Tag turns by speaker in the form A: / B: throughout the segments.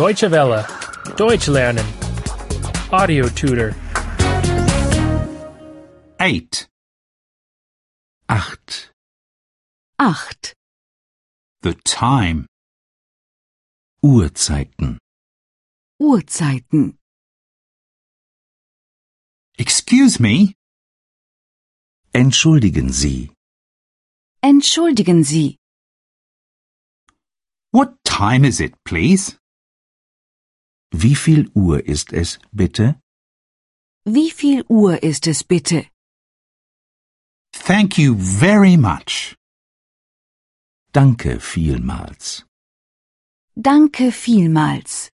A: Deutsche Welle. Deutsch lernen. Audio tutor.
B: 8. Acht.
C: 8.
B: The time. Uhrzeiten.
C: Uhrzeiten.
B: Excuse me. Entschuldigen Sie.
C: Entschuldigen Sie,
B: What time is it, please?
D: Wie viel Uhr ist es, bitte?
C: wie viel Uhr ist es bitte?
B: Thank you very much.
D: Danke vielmals.
C: Danke vielmals.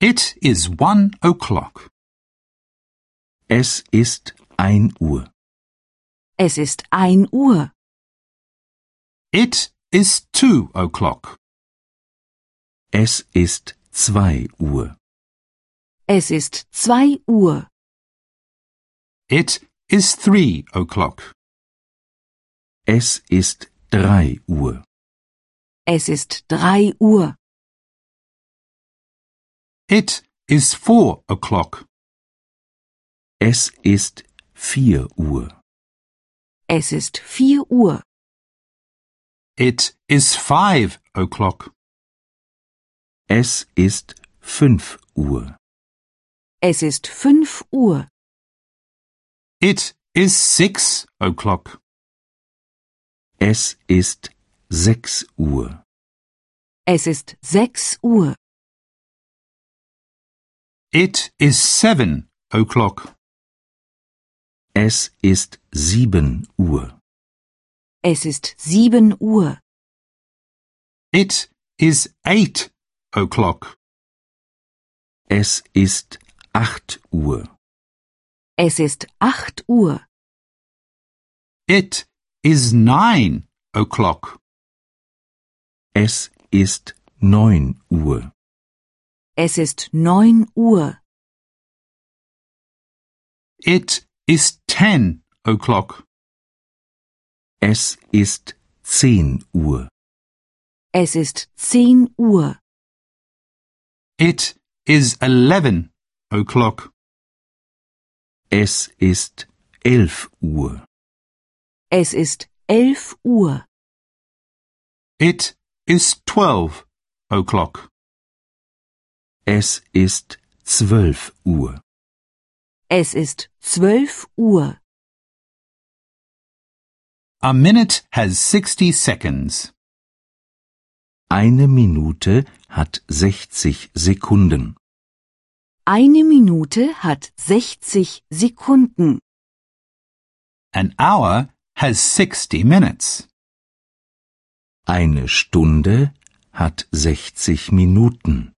B: It is one o'clock.
D: Es ist ein Uhr.
C: Es ist ein Uhr.
B: It is two o'clock.
D: Es ist zwei Uhr.
C: Es ist zwei Uhr.
B: It is three o'clock.
D: Es ist drei Uhr.
C: Es ist drei Uhr.
B: It is four o'clock.
D: Es ist vier Uhr.
C: Es ist vier Uhr.
B: It is five o'clock.
D: Es ist fünf Uhr.
C: Es ist fünf Uhr.
B: It is six o'clock.
D: Es ist sechs Uhr.
C: Es ist sechs Uhr.
B: It is seven o'clock.
D: Es ist sieben Uhr.
C: Es ist sieben Uhr.
B: It is eight o'clock.
D: Es ist acht Uhr.
C: Es ist acht Uhr.
B: It is nine o'clock.
D: Es ist neun Uhr.
C: Es ist neun Uhr.
B: It is ten o'clock.
D: Es ist zehn Uhr.
C: Es ist zehn Uhr.
B: It is eleven o'clock.
D: Es ist elf Uhr.
C: Es ist elf Uhr.
B: It is twelve o'clock.
D: Es ist zwölf Uhr.
C: Es ist zwölf Uhr.
B: A minute has sixty seconds.
D: Eine Minute hat 60 Sekunden.
C: Eine Minute hat 60 Sekunden.
B: An hour has sixty minutes.
D: Eine Stunde hat 60 Minuten.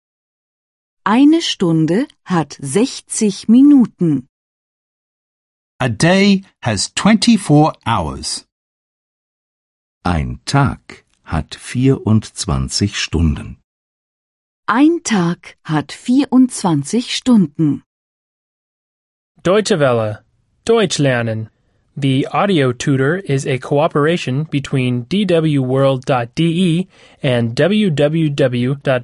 C: Eine Stunde hat 60 Minuten.
B: A day has twenty-four hours.
D: Ein Tag hat 24 Stunden.
C: Ein Tag hat 24 Stunden.
A: Deutsche Welle. Deutsch lernen. The audio tutor is a cooperation between E dwworld.de and www.book2.de.